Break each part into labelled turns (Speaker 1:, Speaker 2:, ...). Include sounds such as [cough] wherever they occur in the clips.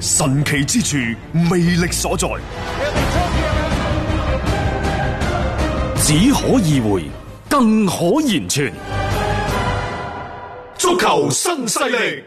Speaker 1: 神奇之處，魅力所在，
Speaker 2: 只可意會，更可言傳。
Speaker 1: 足球新勢力。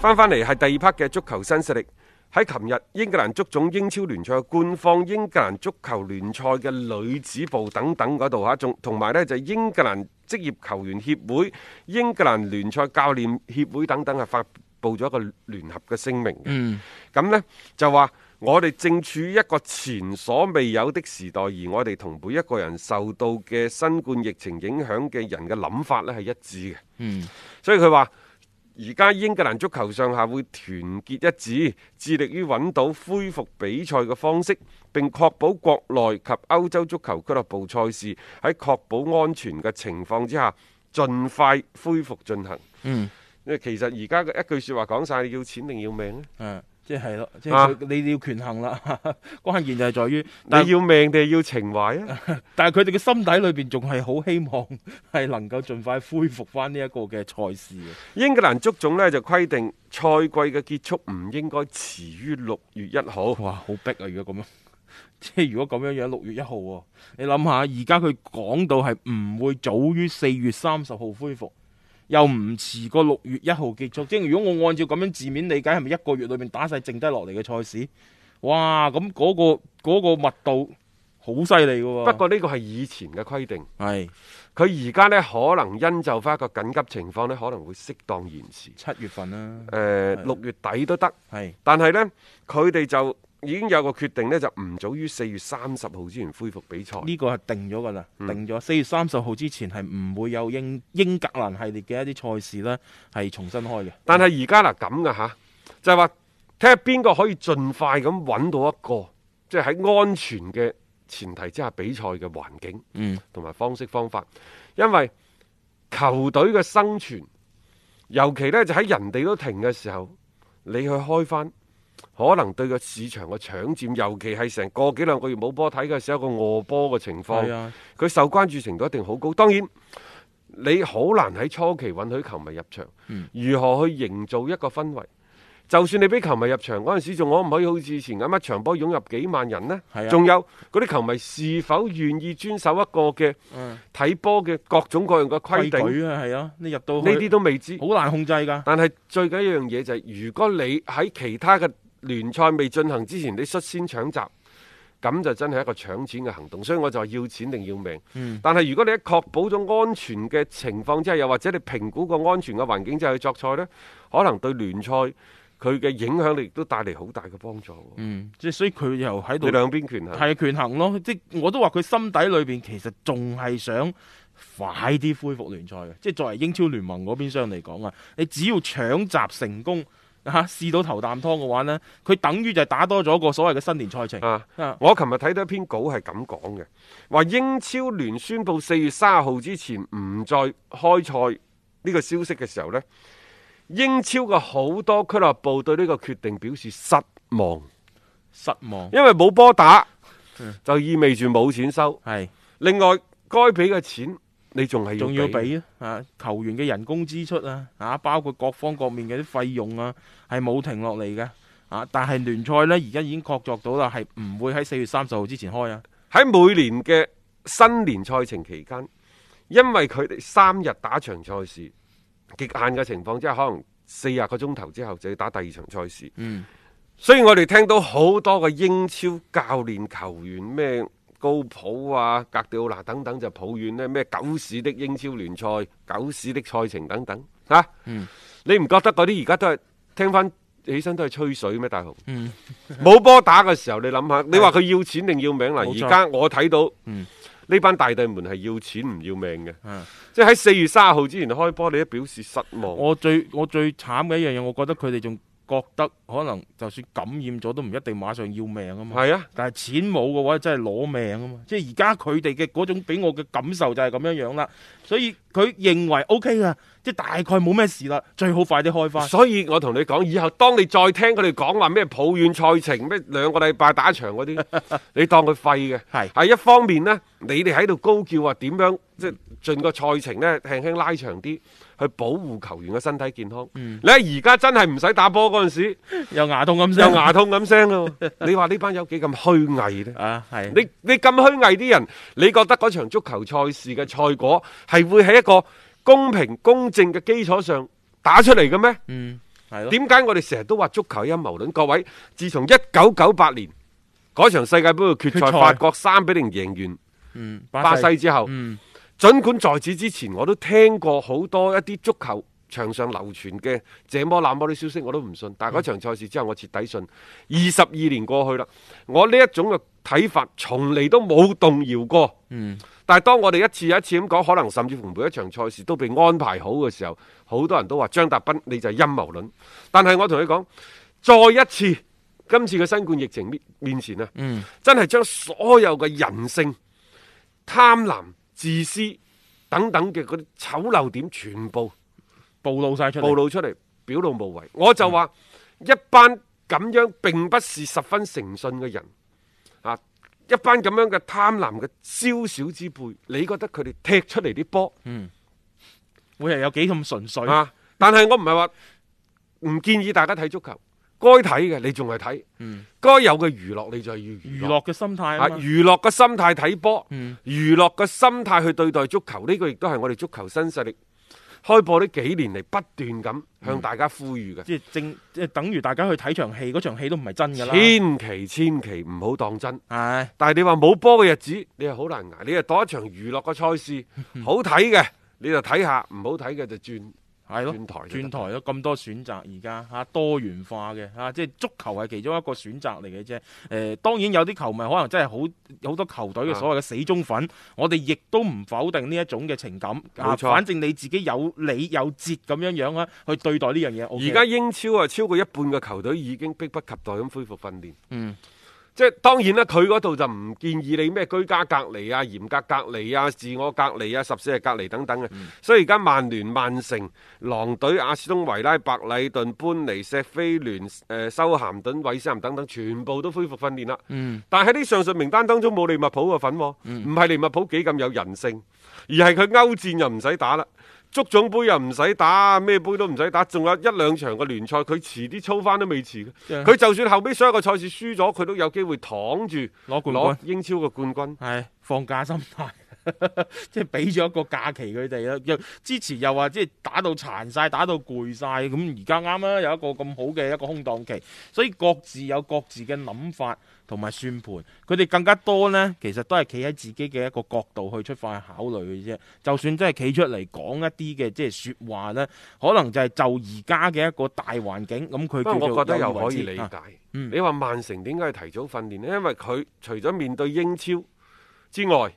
Speaker 3: 翻翻嚟係第二 part 嘅足球新勢力。喺琴日英格蘭足總英超聯賽官方英格蘭足球聯賽嘅女子部等等嗰度嚇，啊仲同埋呢就係英格蘭職業球員協會、英格蘭聯賽教練協會等等係發布咗一個聯合嘅聲明嘅。咁呢就話我哋正處於一個前所未有的時代，而我哋同每一個人受到嘅新冠疫情影響嘅人嘅諗法呢係一致嘅。所以佢話。而家英格蘭足球上下會團結一致，致力於揾到恢復比賽嘅方式，並確保國內及歐洲足球俱樂部賽事喺確保安全嘅情況之下，盡快恢復進行。嗯，因為其實而家嘅一句説話講晒，你要錢定要命咧？
Speaker 4: 誒，即係咯，即
Speaker 3: 啊
Speaker 4: 係佢你要權衡啦。 [laughs] 關鍵就係在於，但
Speaker 3: 你要命定係要情懷啊？
Speaker 4: 但係佢哋嘅心底裏邊仲係好希望係能夠盡快恢復翻呢一個嘅賽事嘅。
Speaker 3: 英格蘭足總呢就規定賽季嘅結束唔應該遲於六月一號。
Speaker 4: 哇，好逼啊！如果咁樣， [laughs] 即係如果咁樣樣，六月一號喎，你諗下，而家佢講到係唔會早於四月三十號恢復，又唔遲過六月一號結束。即係如果我按照咁樣字面理解，係咪一個月裏面打晒剩低落嚟嘅賽事？哇！咁嗰、個嗰、個密度好犀利嘅
Speaker 3: 不
Speaker 4: 喎。
Speaker 3: 過呢個係以前嘅規定。
Speaker 4: 係
Speaker 3: 佢而家呢，可能因就翻一個緊急情況呢，可能會適當延遲。
Speaker 4: 七月份啦，
Speaker 3: 誒、六月底都得，
Speaker 4: 係
Speaker 3: 但係呢，佢哋就已經有個決定呢，就唔早於四月三十號之前恢復比賽。
Speaker 4: 呢個係定咗㗎啦，
Speaker 3: 嗯
Speaker 4: 定咗四月三十號之前係唔會有英英格蘭系列嘅一啲賽事呢係重新開嘅。
Speaker 3: 但係而家嗱咁嘅吓，就係話睇下邊個可以盡快咁揾到一個，即係喺安全嘅前提之下比賽嘅環境，
Speaker 4: 嗯，
Speaker 3: 同埋方式方法，因為球隊嘅生存，尤其呢就喺人哋都停嘅時候，你去開翻。可能對個市場嘅搶佔，尤其係成個幾兩個月冇波睇嘅時候，一個餓波嘅情況
Speaker 4: 係，啊。
Speaker 3: 佢受關注程度一定好高。當然，你好難喺初期允許球迷入場。
Speaker 4: 嗯
Speaker 3: 如何去營造一個氛圍？就算你俾球迷入場嗰陣時，仲可唔可以好似以前咁一場波湧入幾萬人呢？
Speaker 4: 係啊
Speaker 3: 仲有嗰啲球迷是否願意遵守一個嘅
Speaker 4: 嗯
Speaker 3: 睇波嘅各種各樣嘅規
Speaker 4: 規
Speaker 3: 定？
Speaker 4: 矩啊，係啊，你入到
Speaker 3: 呢啲
Speaker 4: 去
Speaker 3: 都未知。
Speaker 4: 好難控制㗎。
Speaker 3: 但係最緊要一樣嘢就係、如果你喺其他嘅聯賽未進行之前，你率先搶閘，咁就真係一個搶錢嘅行動。所以我就話要錢定要命。
Speaker 4: 嗯
Speaker 3: 但係如果你一確保咗安全嘅情況之下，又或者你評估個安全嘅環境之後去作賽呢，可能對聯賽佢嘅影響力亦都帶嚟好大嘅幫助喎。
Speaker 4: 嗯，即係所以佢又喺度
Speaker 3: 你兩邊權衡。
Speaker 4: 係權衡咯。即係我都話佢心底裏邊其實仲係想快啲恢復聯賽嘅。即係作為英超聯盟嗰邊商嚟講啊，你只要搶集成功嚇試到頭啖湯嘅話呢，佢等於就係打多咗個所謂嘅新年賽程。
Speaker 3: 啊
Speaker 4: 啊！
Speaker 3: [laughs] 我琴日睇到一篇稿係咁講嘅，話英超聯宣布四月三十號之前唔再開賽呢個消息嘅時候呢，英超嘅好多俱樂部對呢個決定表示失望，
Speaker 4: 失望
Speaker 3: 因為冇波打
Speaker 4: 嗯
Speaker 3: 就意味住冇錢收。
Speaker 4: 係。
Speaker 3: 另外，該俾嘅錢你仲係
Speaker 4: 仲要
Speaker 3: 俾。
Speaker 4: 俾啊！球員嘅人工支出啊，啊包括各方各面嘅啲費用啊，係冇停落嚟嘅啊！但係聯賽呢，而家已經確鑿到啦，係唔會喺四月三十號之前開啊！
Speaker 3: 喺每年嘅新年賽程期間，因為佢哋三日打場賽事，極限嘅情況之下，可能四十個鐘頭之後就要打第二場賽事。
Speaker 4: 嗯，
Speaker 3: 所以我哋聽到好多嘅英超教練、球員咩高普啊、格迪奧拿等等就抱怨呢咩狗屎的英超聯賽、狗屎的賽程等等嚇。
Speaker 4: 嗯
Speaker 3: 你唔覺得嗰啲而家都係聽翻起身都係吹水咩？大雄，
Speaker 4: 嗯
Speaker 3: 冇波打嘅時候，你諗下，你話佢要錢定要命嗱？
Speaker 4: 冇錯
Speaker 3: 而家我睇到
Speaker 4: 嗯
Speaker 3: 呢班大帝們係要錢唔要命嘅
Speaker 4: 嗯，
Speaker 3: 即係喺四月三十號之前開波，你都表示失望。
Speaker 4: 我最我最慘嘅一樣嘢，我覺得佢哋仲覺得可能就算感染咗都唔一定馬上要命啊嘛。
Speaker 3: 係啊，
Speaker 4: 但係錢冇嘅話，真係攞命啊嘛！即係而家佢哋嘅嗰種俾我嘅感受就係咁樣樣啦，所以佢認為 O K 啦，即係大概冇咩事啦，最好快啲開翻。
Speaker 3: 所以我同你講，以後當你再聽佢哋講話咩抱怨賽程，咩兩個禮拜打一場嗰
Speaker 4: [laughs]
Speaker 3: 啲，你當佢廢嘅。
Speaker 4: 係
Speaker 3: 係一方面呢，你哋喺度高叫話點樣，即係盡個賽程呢，輕輕拉長啲，去保護球員嘅身體健康。
Speaker 4: 嗯
Speaker 3: 你喺而家真係唔使打波嗰陣
Speaker 4: [laughs]
Speaker 3: 時，
Speaker 4: 有牙痛咁
Speaker 3: 有
Speaker 4: 聲，
Speaker 3: 牙痛咁聲咯。你話呢班有幾咁虛偽呢？
Speaker 4: 啊，係
Speaker 3: 你你咁虛偽啲人，你覺得嗰場足球賽事嘅賽果係會喺一個公平公正嘅基礎上打出嚟嘅咩？
Speaker 4: 嗯係咯，
Speaker 3: 點解我哋成日都話足球陰謀論？各位，自從一九九八年嗰場世界盃嘅決賽，
Speaker 4: 決賽
Speaker 3: 法國三比零贏完
Speaker 4: 嗯
Speaker 3: 巴西之後，
Speaker 4: 嗯
Speaker 3: 儘管在此之前我都聽過好多一啲足球場上流傳嘅這麼那麼啲消息，我都唔信。但
Speaker 4: 嗯
Speaker 3: 係嗰場賽事之後，我徹底信。二十二年過去啦，我呢一種嘅睇法，從嚟都冇動搖過。
Speaker 4: 嗯
Speaker 3: 但係當我哋一次又一次咁講，可能甚至乎每一場賽事都被安排好嘅時候，好多人都話張達斌你就係陰謀論。但係我同你講，再一次今次嘅新冠疫情面面前啊，
Speaker 4: 嗯
Speaker 3: 真係將所有嘅人性、貪婪、自私等等嘅嗰啲醜陋點全部
Speaker 4: 暴露晒出嚟，
Speaker 3: 暴露出嚟，表露無遺。我就話、一班咁樣並不是十分誠信嘅人啊，一班咁樣嘅貪婪嘅宵小之輩，你覺得佢哋踢出嚟啲波
Speaker 4: 每日有幾咁純粹，
Speaker 3: 啊？但係我唔係話唔建議大家睇足球，該睇嘅你仲係睇，
Speaker 4: 嗯
Speaker 3: 該有嘅娛樂你就係
Speaker 4: 娛
Speaker 3: 要
Speaker 4: 樂嘅心態
Speaker 3: 啊
Speaker 4: 啊嘛，
Speaker 3: 娛樂嘅心態睇波，
Speaker 4: 嗯
Speaker 3: 娛樂嘅心態去對待足球，呢、個亦都係我哋足球新勢力開播呢幾年嚟不斷咁向大家呼籲嘅。
Speaker 4: 即係正即係等於大家去睇場戲，嗰場戲都唔係真㗎啦，
Speaker 3: 千祈千祈唔好當真。
Speaker 4: 係
Speaker 3: 但係你話冇波嘅日子，你係好難捱。你係當一場娛樂嘅賽 [laughs] 事，好睇嘅你就睇下，唔好睇嘅就轉。
Speaker 4: 係咯，
Speaker 3: 轉台就得
Speaker 4: 轉台咯，咁多選擇而家嚇多元化嘅嚇、即係足球係其中一個選擇嚟嘅啫。誒、呃當然有啲球迷可能真係好好多球隊
Speaker 3: 啊
Speaker 4: 嘅所謂嘅死忠粉，我哋亦都唔否定呢一種嘅情感。啊
Speaker 3: 冇錯
Speaker 4: 反正你自己有理有節咁樣樣啊，去對待呢樣嘢。
Speaker 3: 而家英超啊，超過一半嘅球隊已經迫不及待咁恢復訓練。
Speaker 4: 嗯，
Speaker 3: 即係當然啦，佢嗰度就唔建議你咩居家隔離啊、嚴格隔離啊、自我隔離啊、十四日隔離等等嘅。所以而家曼聯、曼城、狼隊、阿斯通維拉、白禮頓、搬尼、石飛聯、誒、修咸頓、韋斯咸等等，全部都恢復訓練啦。
Speaker 4: 嗯
Speaker 3: 但係喺呢上述名單當中冇利物浦嘅份喎，唔係利物浦幾咁有人性，而係佢歐戰又唔使打啦，足總杯又唔使打，咩杯都唔使打，仲有一兩場嘅聯賽佢遲啲操翻都未遲嘅，
Speaker 4: Yeah.
Speaker 3: 佢就算後尾所有個賽事輸咗，佢都有機會躺住
Speaker 4: 攞冠軍
Speaker 3: 攞英超嘅冠軍。
Speaker 4: 係放假心態， [laughs] 即係俾咗一個假期佢哋啦。又之前又話即係打到殘晒，打到攰晒。咁而家啱啦，有一個咁好嘅一個空檔期，所以各自有各自嘅諗法同埋算盤。佢哋更加多呢，其實都係企喺自己嘅一個角度去出發去考慮嘅啫。就算真係企出嚟講一啲嘅即係説話呢，可能就係就而家嘅一個大環境，咁
Speaker 3: 不
Speaker 4: 佢叫
Speaker 3: 過
Speaker 4: 做
Speaker 3: 我覺得
Speaker 4: 有
Speaker 3: 又
Speaker 4: 為
Speaker 3: 可以
Speaker 4: 之
Speaker 3: 理
Speaker 4: 啊
Speaker 3: 解。
Speaker 4: 嗯
Speaker 3: 你話曼城點解要提早訓練呢？因為佢除咗面對英超之外，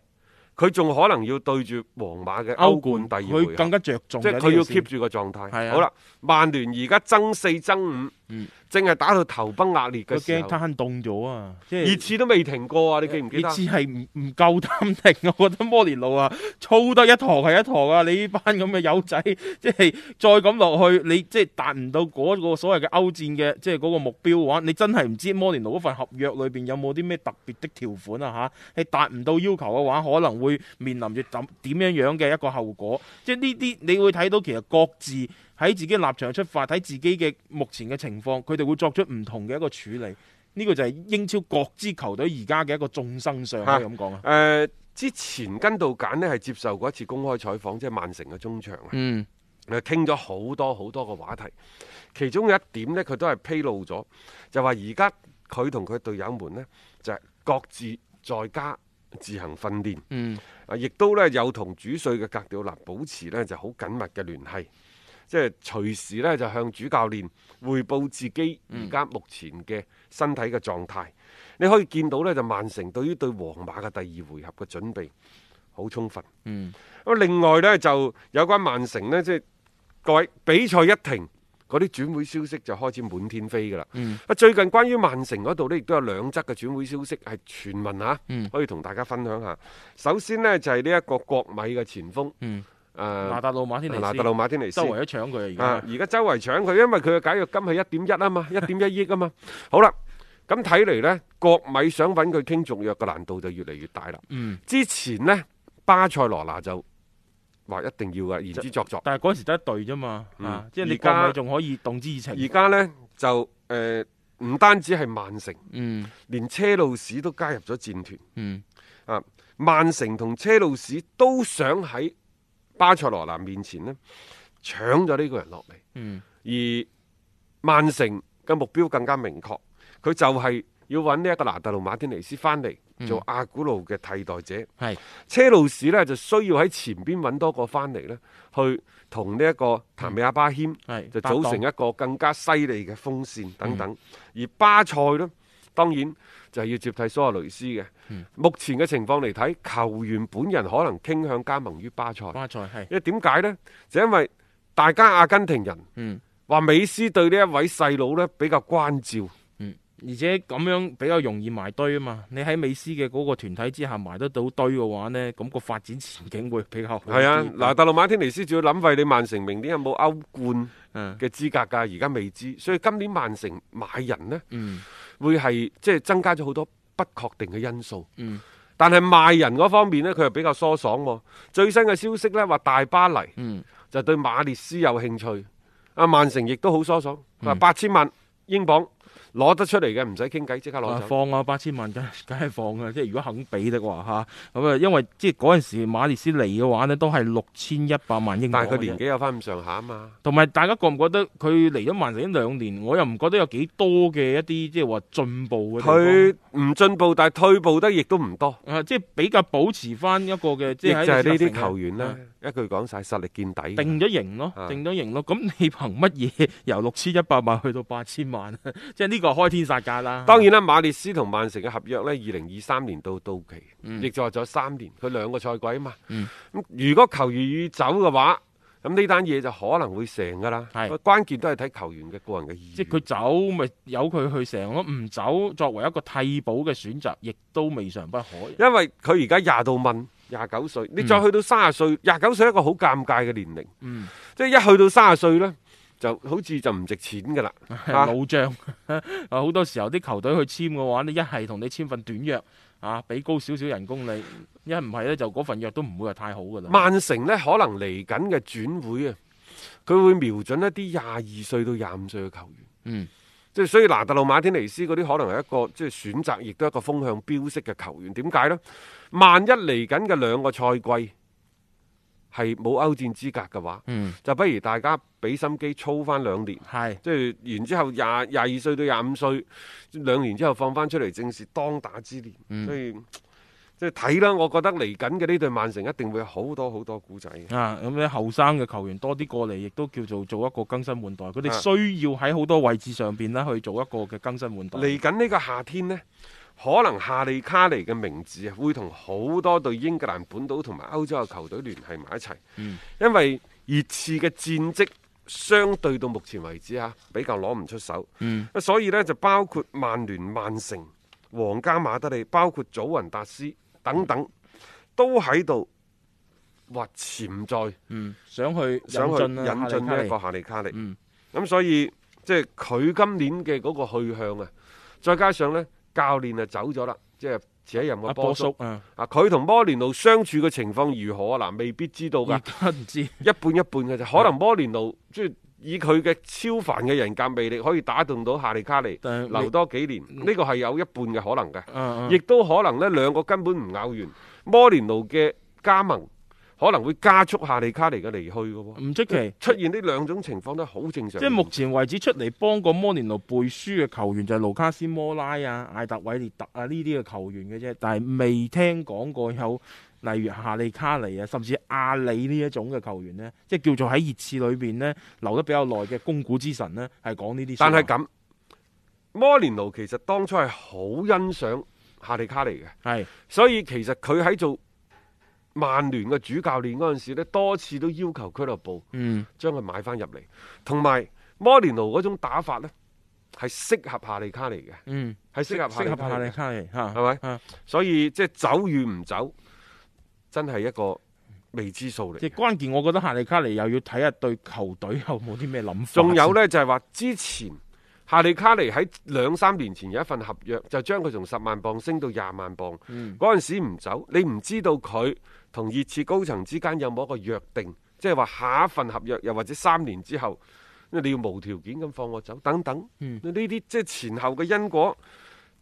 Speaker 3: 佢仲可能要對住皇馬嘅歐冠第二回合
Speaker 4: 佢更加着重
Speaker 3: 即
Speaker 4: 嘅
Speaker 3: 係
Speaker 4: 呢
Speaker 3: 佢要
Speaker 4: 件事
Speaker 3: keep 住個狀態。
Speaker 4: 係啊
Speaker 3: 好啦，曼聯而家爭四爭五，
Speaker 4: 嗯
Speaker 3: 正係打到頭崩額裂
Speaker 4: 佢
Speaker 3: 嘅時
Speaker 4: 驚
Speaker 3: 候，
Speaker 4: 攤凍咗啊！即係
Speaker 3: 熱刺都未停過啊！你記唔記得
Speaker 4: 熱
Speaker 3: 啊？
Speaker 4: 刺係唔唔夠膽停，我覺得摩連奴啊，操得一堂係一堂啊！你呢班咁嘅友仔， [laughs] 即係再咁落去，你即係達唔到嗰個所謂嘅歐戰嘅即係嗰個目標嘅話，你真係唔知摩連奴嗰份合約裏邊有冇啲咩特別的條款啊吓，你達唔到要求嘅話，可能會面臨住點點樣樣嘅一個後果。即係呢啲你會睇到其實各自喺自己立場出發，睇自己嘅目前嘅情況，佢哋會作出唔同嘅一個處理。呢個就係英超各支球隊而家嘅一個眾生相，
Speaker 3: 嚇
Speaker 4: 可以咁講啊
Speaker 3: 誒、。之前跟道簡呢係接受過一次公開採訪，即係曼城嘅中場啊。
Speaker 4: 嗯，
Speaker 3: 誒傾咗好多好多個話題，其中有一點呢，佢都係披露咗，就話而家佢同佢隊友們呢，就係各自在家自行訓練，
Speaker 4: 嗯，
Speaker 3: 啊，亦都呢有同主帥嘅格調納保持呢就好緊密嘅聯繫，即係隨時呢就向主教練匯報自己
Speaker 4: 嗯
Speaker 3: 而家目前嘅身體嘅狀態。你可以見到呢，就曼城對於對皇馬嘅第二回合嘅準備好充分。
Speaker 4: 嗯，
Speaker 3: 咁另外呢，就有關曼城呢，即係各位比賽一停，嗰啲轉會消息就開始滿天飛㗎啦。
Speaker 4: 嗯
Speaker 3: 啊，最近關於曼城嗰度呢，亦都有兩則嘅轉會消息係傳聞嚇，
Speaker 4: 嗯
Speaker 3: 可以同大家分享下。首先呢，就係呢一個國米嘅前鋒，
Speaker 4: 嗯，
Speaker 3: 誒
Speaker 4: 拿達路馬天尼斯，
Speaker 3: 拿特魯馬天尼斯
Speaker 4: 周。圍都搶佢啊
Speaker 3: 啊！而家周圍搶佢，因為佢嘅解約金係一點一啊嘛，一點一億啊嘛。好啦，咁睇嚟呢，國米想揾佢傾續約嘅難度就越嚟越大啦。
Speaker 4: 嗯
Speaker 3: 之前呢，巴塞羅那就話一定要嘅，言之鑿鑿
Speaker 4: 而家，。但係嗰時得一隊啫嘛，
Speaker 3: 嗯
Speaker 4: 啊，即係你
Speaker 3: 而家
Speaker 4: 國米仲可以動之以情，
Speaker 3: 而家呢，就誒唔、單止係曼城，
Speaker 4: 嗯
Speaker 3: 連車路士都加入咗戰團。
Speaker 4: 嗯
Speaker 3: 啊，曼城同車路士都想喺巴塞羅那面前呢搶咗呢個人落嚟。
Speaker 4: 嗯
Speaker 3: 而曼城嘅目標更加明確，佢就係要揾呢一個拿特魯馬天尼斯翻嚟做阿古路嘅替代者。
Speaker 4: 係
Speaker 3: 車路士呢，就需要喺前邊揾多個翻嚟呢，去同呢一個譚美阿巴謙
Speaker 4: 嗯係
Speaker 3: 就
Speaker 4: 搭檔嗯
Speaker 3: 組成一個更加犀利嘅鋒線等等。而巴塞呢，當然就係要接替蘇亞雷斯嘅。
Speaker 4: 嗯
Speaker 3: 目前嘅情況嚟睇，球員本人可能傾向加盟於巴塞。
Speaker 4: 巴塞係
Speaker 3: 因為點解呢？就因為大家阿根廷人。
Speaker 4: 嗯。
Speaker 3: 話美斯對呢一位細佬呢比較關照，
Speaker 4: 而且咁樣比較容易埋堆啊嘛！你喺美斯嘅嗰個團體之下埋得到堆嘅話呢，咁、個發展前景會比較好啲。嗯
Speaker 3: 係啊，嗱，特魯馬天尼斯仲要諗為你曼城明年有冇歐冠
Speaker 4: 嗯
Speaker 3: 嘅資格㗎，而家未知，所以今年曼城買人呢
Speaker 4: 嗯
Speaker 3: 會係即係增加咗好多不確定嘅因素。
Speaker 4: 嗯
Speaker 3: 但係賣人嗰方面呢，佢又比較疏爽喎。最新嘅消息呢，話大巴黎
Speaker 4: 嗯
Speaker 3: 就對馬列斯有興趣，啊，曼城亦都好疏爽，佢
Speaker 4: 嗯
Speaker 3: 話八千萬英鎊攞得出嚟嘅，唔使傾偈，即刻攞
Speaker 4: 啊
Speaker 3: 走。
Speaker 4: 放啊，八千萬梗係 [laughs] 梗係放啊！即係如果肯俾的話嚇，咁啊，因為即係嗰陣時馬列斯嚟嘅話呢，都係六千一百萬英鎊嘅啫。
Speaker 3: 但係佢年紀有翻咁上下啊嘛。
Speaker 4: 同埋大家覺唔覺得佢嚟咗曼城呢兩年，我又唔覺得有幾多嘅一啲即係話進步嘅地方
Speaker 3: 佢唔進步，但係退步得亦都唔多，
Speaker 4: 啊，即係比較保持翻一個嘅
Speaker 3: 亦
Speaker 4: 即
Speaker 3: 就
Speaker 4: 係
Speaker 3: 係
Speaker 4: 喺
Speaker 3: 呢
Speaker 4: 利
Speaker 3: 啲
Speaker 4: 斯特城嘅
Speaker 3: 球員
Speaker 4: 啊
Speaker 3: 呢，一句講晒實力見底。
Speaker 4: 定咗型咯
Speaker 3: 啊，
Speaker 4: 定咗型咯。咁你憑乜嘢 [laughs] 由六千一百萬去到八千萬啊？ [laughs] 即係呢個開天殺價啦。
Speaker 3: 當然啦，馬列斯同曼城嘅合約呢，二零二三年到到期，
Speaker 4: 嗯
Speaker 3: 亦就話咗三年，佢兩個賽季啊嘛。咁如果球員要走嘅話，咁呢單嘢就可能會成噶啦。
Speaker 4: 係
Speaker 3: 關鍵都係睇球員嘅個人嘅意
Speaker 4: 即係佢
Speaker 3: 願。
Speaker 4: 走咪由佢去成咯，唔走作為一個替補嘅選擇，亦都未嘗不可。 [laughs]
Speaker 3: 因為佢而家廿到問廿九歲，你再去到三十歲，廿九歲係一個好尷尬嘅年齡，
Speaker 4: 嗯，
Speaker 3: 即係一去到三十歲呢，就好似就唔值錢噶啦。啊
Speaker 4: [laughs] 老將 [laughs] 啊，好多時候啲球隊去簽嘅話呢，一係同你簽份短約啊，俾高少少人工你；一唔係呢，就嗰份約都唔會係太好噶啦。
Speaker 3: 曼城呢，可能嚟緊嘅轉會啊，佢會瞄準一啲廿二歲到廿五歲嘅球員，
Speaker 4: 嗯
Speaker 3: 即係所以拿特魯馬天尼斯嗰啲可能係一個即係選擇，亦都係一個風向標式嘅球員。點解呢？萬一嚟緊嘅兩個賽季係冇歐戰資格嘅話，
Speaker 4: 嗯，
Speaker 3: 就不如大家俾心機操翻兩年。
Speaker 4: 係
Speaker 3: 即係然之後廿廿二歲到廿五歲，兩年之後放翻出嚟，正是當打之年。所以即係睇啦，我覺得嚟緊嘅呢隊曼城一定會有好多好多古仔嘅。
Speaker 4: 啊，咁咧後生嘅球員多啲過嚟，亦都叫做做一個更新換代。佢哋
Speaker 3: 啊
Speaker 4: 需要喺好多位置上邊咧去做一個嘅更新換代。
Speaker 3: 嚟緊呢個夏天呢，可能夏利卡尼嘅名字啊，會同好多隊英格蘭本島同埋歐洲嘅球隊聯繫埋一齊。因為熱刺嘅戰績相對到目前為止啊，比較攞唔出手。
Speaker 4: 嗯
Speaker 3: 所以呢，就包括曼聯、曼城、皇家馬德里，包括祖雲達斯等等，都喺度話潛在
Speaker 4: 嗯，想去
Speaker 3: 想去
Speaker 4: 進啊
Speaker 3: 引進呢一個
Speaker 4: 哈
Speaker 3: 夏利卡尼。咁、
Speaker 4: 嗯
Speaker 3: 所以即係佢今年嘅嗰個去向啊，再加上呢教練啊走咗啦，即係前一任
Speaker 4: 利卡
Speaker 3: 嘅
Speaker 4: 尼阿
Speaker 3: 波
Speaker 4: 波
Speaker 3: 叔
Speaker 4: 叔啊，
Speaker 3: 啊，佢同摩連奴相處嘅情況如何啊？嗱，未必知道 [laughs]
Speaker 4: 而
Speaker 3: 㗎，
Speaker 4: 家唔知
Speaker 3: 一半一半嘅啫。可能摩連奴即係以佢嘅超凡嘅人格魅力，可以打動到夏利卡尼
Speaker 4: 但係
Speaker 3: 留多幾年，呢個係有一半嘅可能嘅。
Speaker 4: 啊啊
Speaker 3: 亦都可能呢兩個根本唔咬完。摩連奴嘅加盟可能會加速夏利卡尼嘅離去嘅喎。
Speaker 4: 唔出奇。
Speaker 3: 出現呢兩種情況都係好正常嘅現象。
Speaker 4: 即係目前為止出嚟幫個摩連奴背書嘅球員就係盧卡斯摩拉啊、艾特韋列特啊呢啲嘅球員嘅啫，但係未聽講過有例如夏利卡尼啊，甚至阿里呢一種嘅球員呢，即係叫做喺熱刺裏邊呢留得比較耐嘅攻股之神呢，係講呢啲。啊
Speaker 3: 但係咁，摩連奴其實當初係好欣賞夏利卡尼嘅，
Speaker 4: 係
Speaker 3: 所以其實佢喺做曼聯嘅主教練嗰陣時咧，多次都要求俱樂部
Speaker 4: 嗯
Speaker 3: 將佢買翻入嚟，同埋摩連奴嗰種打法呢，係適合夏利卡尼嘅，
Speaker 4: 嗯
Speaker 3: 係適合
Speaker 4: 適合
Speaker 3: 夏
Speaker 4: 夏
Speaker 3: 利
Speaker 4: 利
Speaker 3: 卡尼嘅。
Speaker 4: 卡尼嚇，
Speaker 3: 係
Speaker 4: 咪？
Speaker 3: 所以即係走與唔走，真係一個未知數嚟
Speaker 4: 即。係關鍵，我覺得夏利卡尼又要睇下對球隊有冇啲咩諗法。
Speaker 3: 仲有，呢，就係話之前夏利卡尼喺兩三年前有一份合約，就將佢從十萬磅升到廿萬磅。
Speaker 4: 嗯
Speaker 3: 嗰陣時唔走，你唔知道佢同熱刺高層之間有冇一個約定，即係話下一份合約，又或者三年之後，你要無條件咁放我走，等等。
Speaker 4: 嗯
Speaker 3: 呢啲即係前後嘅因果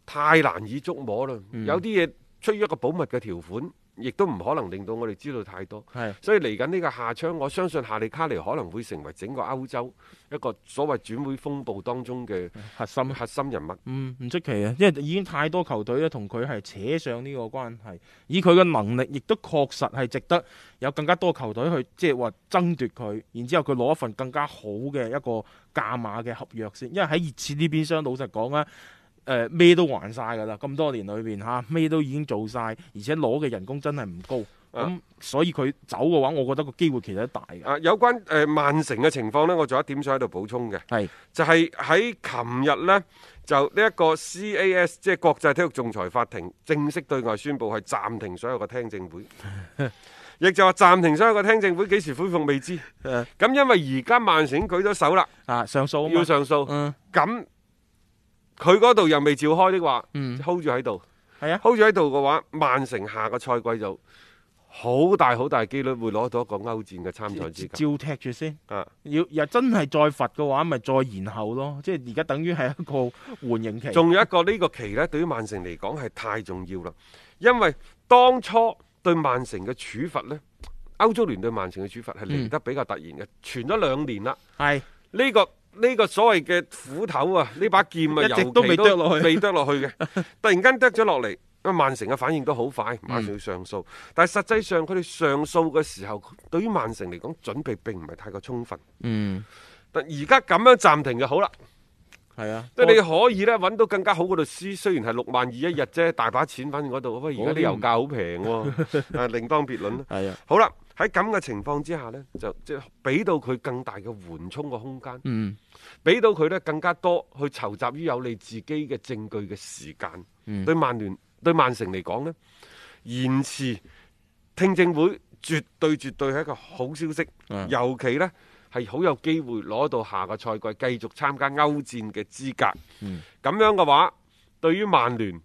Speaker 3: 太難以捉摸啦。
Speaker 4: 嗯
Speaker 3: 有啲嘢出於一個保密嘅條款，亦都唔可能令到我哋知道太多。
Speaker 4: 係
Speaker 3: 所以嚟緊呢個夏窗，我相信夏利卡尼可能會成為整個歐洲一個所謂轉會風暴當中嘅
Speaker 4: 核心。
Speaker 3: 核心人物。
Speaker 4: 嗯，唔出奇啊，因為已經太多球隊咧同佢係扯上呢個關係，以佢嘅能力，亦都確實係值得有更加多球隊去即係話爭奪佢，然之後佢攞一份更加好嘅一個價碼嘅合約先，因為喺熱刺呢邊商，老實講啊。
Speaker 3: 嗯
Speaker 4: 誒咩、都還晒㗎啦，咁多年裏邊嚇咩都已經做晒，而且攞嘅人工真係唔高，咁、所以佢走嘅話，我覺得個機會其實都大嘅。
Speaker 3: 啊，有關誒、呃曼城嘅情況呢，我仲有一點想喺度補充嘅，
Speaker 4: 係
Speaker 3: 就係喺琴日呢，就呢一個 CAS 即係國際體育仲裁法庭正式對外宣布係暫停所有嘅聽證會，亦就話暫停所有嘅聽證會幾時恢復未知。
Speaker 4: 誒
Speaker 3: 咁因為而家曼城舉咗手啦，
Speaker 4: 啊，上訴啊嘛
Speaker 3: 要上訴，
Speaker 4: 嗯
Speaker 3: 咁佢嗰度又未召開的話
Speaker 4: 嗯
Speaker 3: ，hold 住喺度
Speaker 4: 係啊，
Speaker 3: ，hold 住喺度嘅話，曼城下個賽季就好大好大機率會攞到一個歐戰嘅參賽資格
Speaker 4: 照踢住先。
Speaker 3: 啊！
Speaker 4: 要又真係再罰嘅話，咪再延後咯。即係而家等於係一個緩刑期。
Speaker 3: 仲有一個呢個期呢，對於曼城嚟講係太重要啦，因為當初對曼城嘅處罰呢，歐洲聯對曼城嘅處罰係嚟得比較突然嘅，傳咗兩年啦。
Speaker 4: 係
Speaker 3: 呢、個呢、個所謂嘅斧頭啊，呢把劍啊，
Speaker 4: 一直
Speaker 3: 尤
Speaker 4: 都
Speaker 3: 其
Speaker 4: 未剁落去
Speaker 3: 未剁落
Speaker 4: [laughs]
Speaker 3: 去嘅，突然間剁咗落嚟。咁曼城嘅反應都好快，馬上要上訴。但係實際上佢哋上訴嘅時候，對於曼城嚟講準備並唔係太過充分。
Speaker 4: 嗯
Speaker 3: 但而家咁樣暫停就好啦。
Speaker 4: 係啊，
Speaker 3: 即係你可以咧揾到更加好嘅律師，雖然係六萬二一日啫，大把錢翻嗰度。喂，而家啲油價好平
Speaker 4: [laughs]
Speaker 3: 喎，啊另當別論啦。
Speaker 4: 係啊，
Speaker 3: 好啦，喺咁嘅情況之下呢，就即係俾到佢更大嘅緩衝嘅空間，
Speaker 4: 嗯
Speaker 3: 俾到佢咧更加多去籌集於有利自己嘅證據嘅時間。
Speaker 4: 嗯
Speaker 3: 對曼聯、對曼城嚟講呢，延遲聽證會絕對絕對係一個好消息，
Speaker 4: 嗯
Speaker 3: 尤其呢，係好有機會攞到下個賽季繼續參加歐戰嘅資格。
Speaker 4: 嗯
Speaker 3: 咁樣嘅話，對於曼聯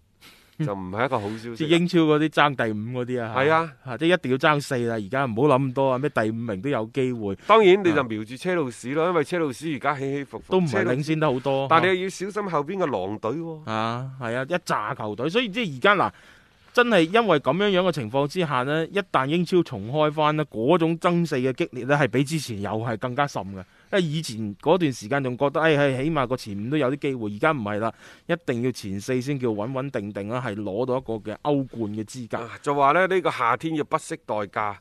Speaker 3: 就唔係一個好消
Speaker 4: 即係
Speaker 3: 息啦。
Speaker 4: 英超嗰啲爭第五嗰啲啊，
Speaker 3: 係啊
Speaker 4: 嚇，即係一定要爭四啦。而家唔好諗咁多啊，咩第五名都有機會，
Speaker 3: 當然你就瞄住車路士咯，因為車路士而家起起伏伏，
Speaker 4: 都唔係
Speaker 3: 車路
Speaker 4: 領先得好多。
Speaker 3: 但你又要小心後邊嘅狼隊喎。
Speaker 4: 啊，係啊，一炸球隊，所以即係而家嗱，真係因為咁樣樣嘅情況之下呢，一旦英超重開翻呢，嗰種爭四嘅激烈呢，係比之前又係更加甚嘅。因為以前嗰段時間仲覺得，誒、哎、係起碼個前五都有啲機會，而家唔係啦，一定要前四先叫穩穩定定啦，係攞到一個嘅歐冠嘅資格
Speaker 3: 啊就話咧呢個夏天要不惜代價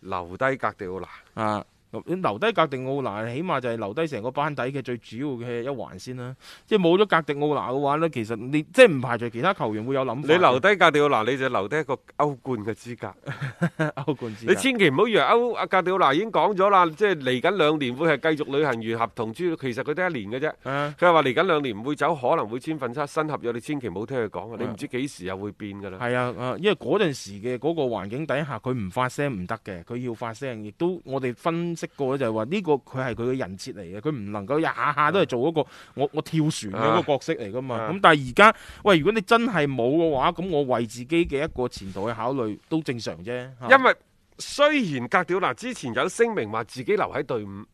Speaker 3: 留低格迪奧拿。
Speaker 4: 啊。咁留低格迪奧拿，起碼就係留低成個班底嘅最主要嘅一環先啦。即係冇咗格迪奧拿嘅話呢，其實你即係唔排除其他球員會有諗法。
Speaker 3: 你留低格迪奧拿，你就留低一個歐冠嘅資格。
Speaker 4: 歐冠資格
Speaker 3: 你千祈唔好以為歐阿格迪奧拿已經講咗啦，即係嚟緊兩年會係繼續履行完合同之，其實佢得一年嘅啫。
Speaker 4: 啊
Speaker 3: 佢係話嚟緊兩年唔會走，可能會簽份新合約，你千祈唔好聽佢講啊！你唔知幾時又會變㗎啦。
Speaker 4: 係啊，啊，因為嗰陣時嘅嗰個環境底下，佢唔發聲唔得嘅，佢要發聲，亦都我哋分析過咧，就係話呢個佢係佢嘅人設嚟嘅，佢唔能夠下下都係做嗰個我我跳船嘅嗰個角色嚟噶嘛。
Speaker 3: 啊
Speaker 4: 咁但係而家，喂，如果你真係冇嘅話，咁我為自己嘅一個前途去考慮都正常啫。嚇
Speaker 3: 因為雖然格調嗱之前有聲明話自己留喺隊伍，嗰、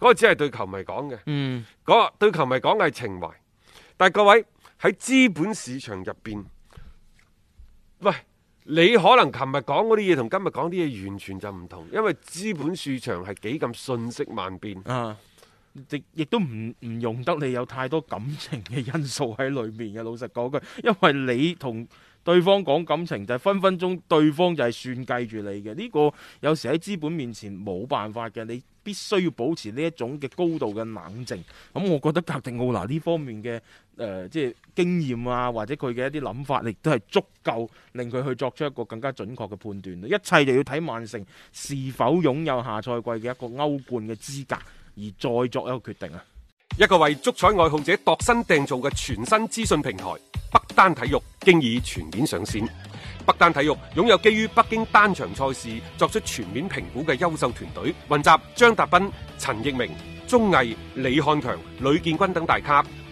Speaker 3: 個只係對球迷講嘅，
Speaker 4: 嗯
Speaker 3: 嗰、個對球迷講嘅係情懷。但係各位喺資本市場入邊，喂，你可能琴日講嗰啲嘢同今日講啲嘢完全就唔同，因為資本市場係幾咁瞬息萬變。
Speaker 4: 啊，亦亦都唔唔容得你有太多感情嘅因素喺裏面嘅。老實講句，因為你同對方講感情，就係分分鐘對方就係算計住你嘅。呢、個有時喺資本面前冇辦法嘅，你必須要保持呢一種嘅高度嘅冷靜。咁我覺得格迪奧拿呢方面嘅誒、呃即係經驗啊，或者佢嘅一啲諗法，亦都係足夠令佢去作出一個更加準確嘅判斷。一切就要睇曼城是否擁有下賽季嘅一個歐冠嘅資格，而再作一個決定啊！
Speaker 3: 一個為足彩愛好者度身訂造嘅全新資訊平台北單體育，經已全面上線。北單體育擁有基於北京單場賽事作出全面評估嘅優秀團隊，雲集張達斌、陳奕明、鐘毅、李漢強、呂建軍等大咖，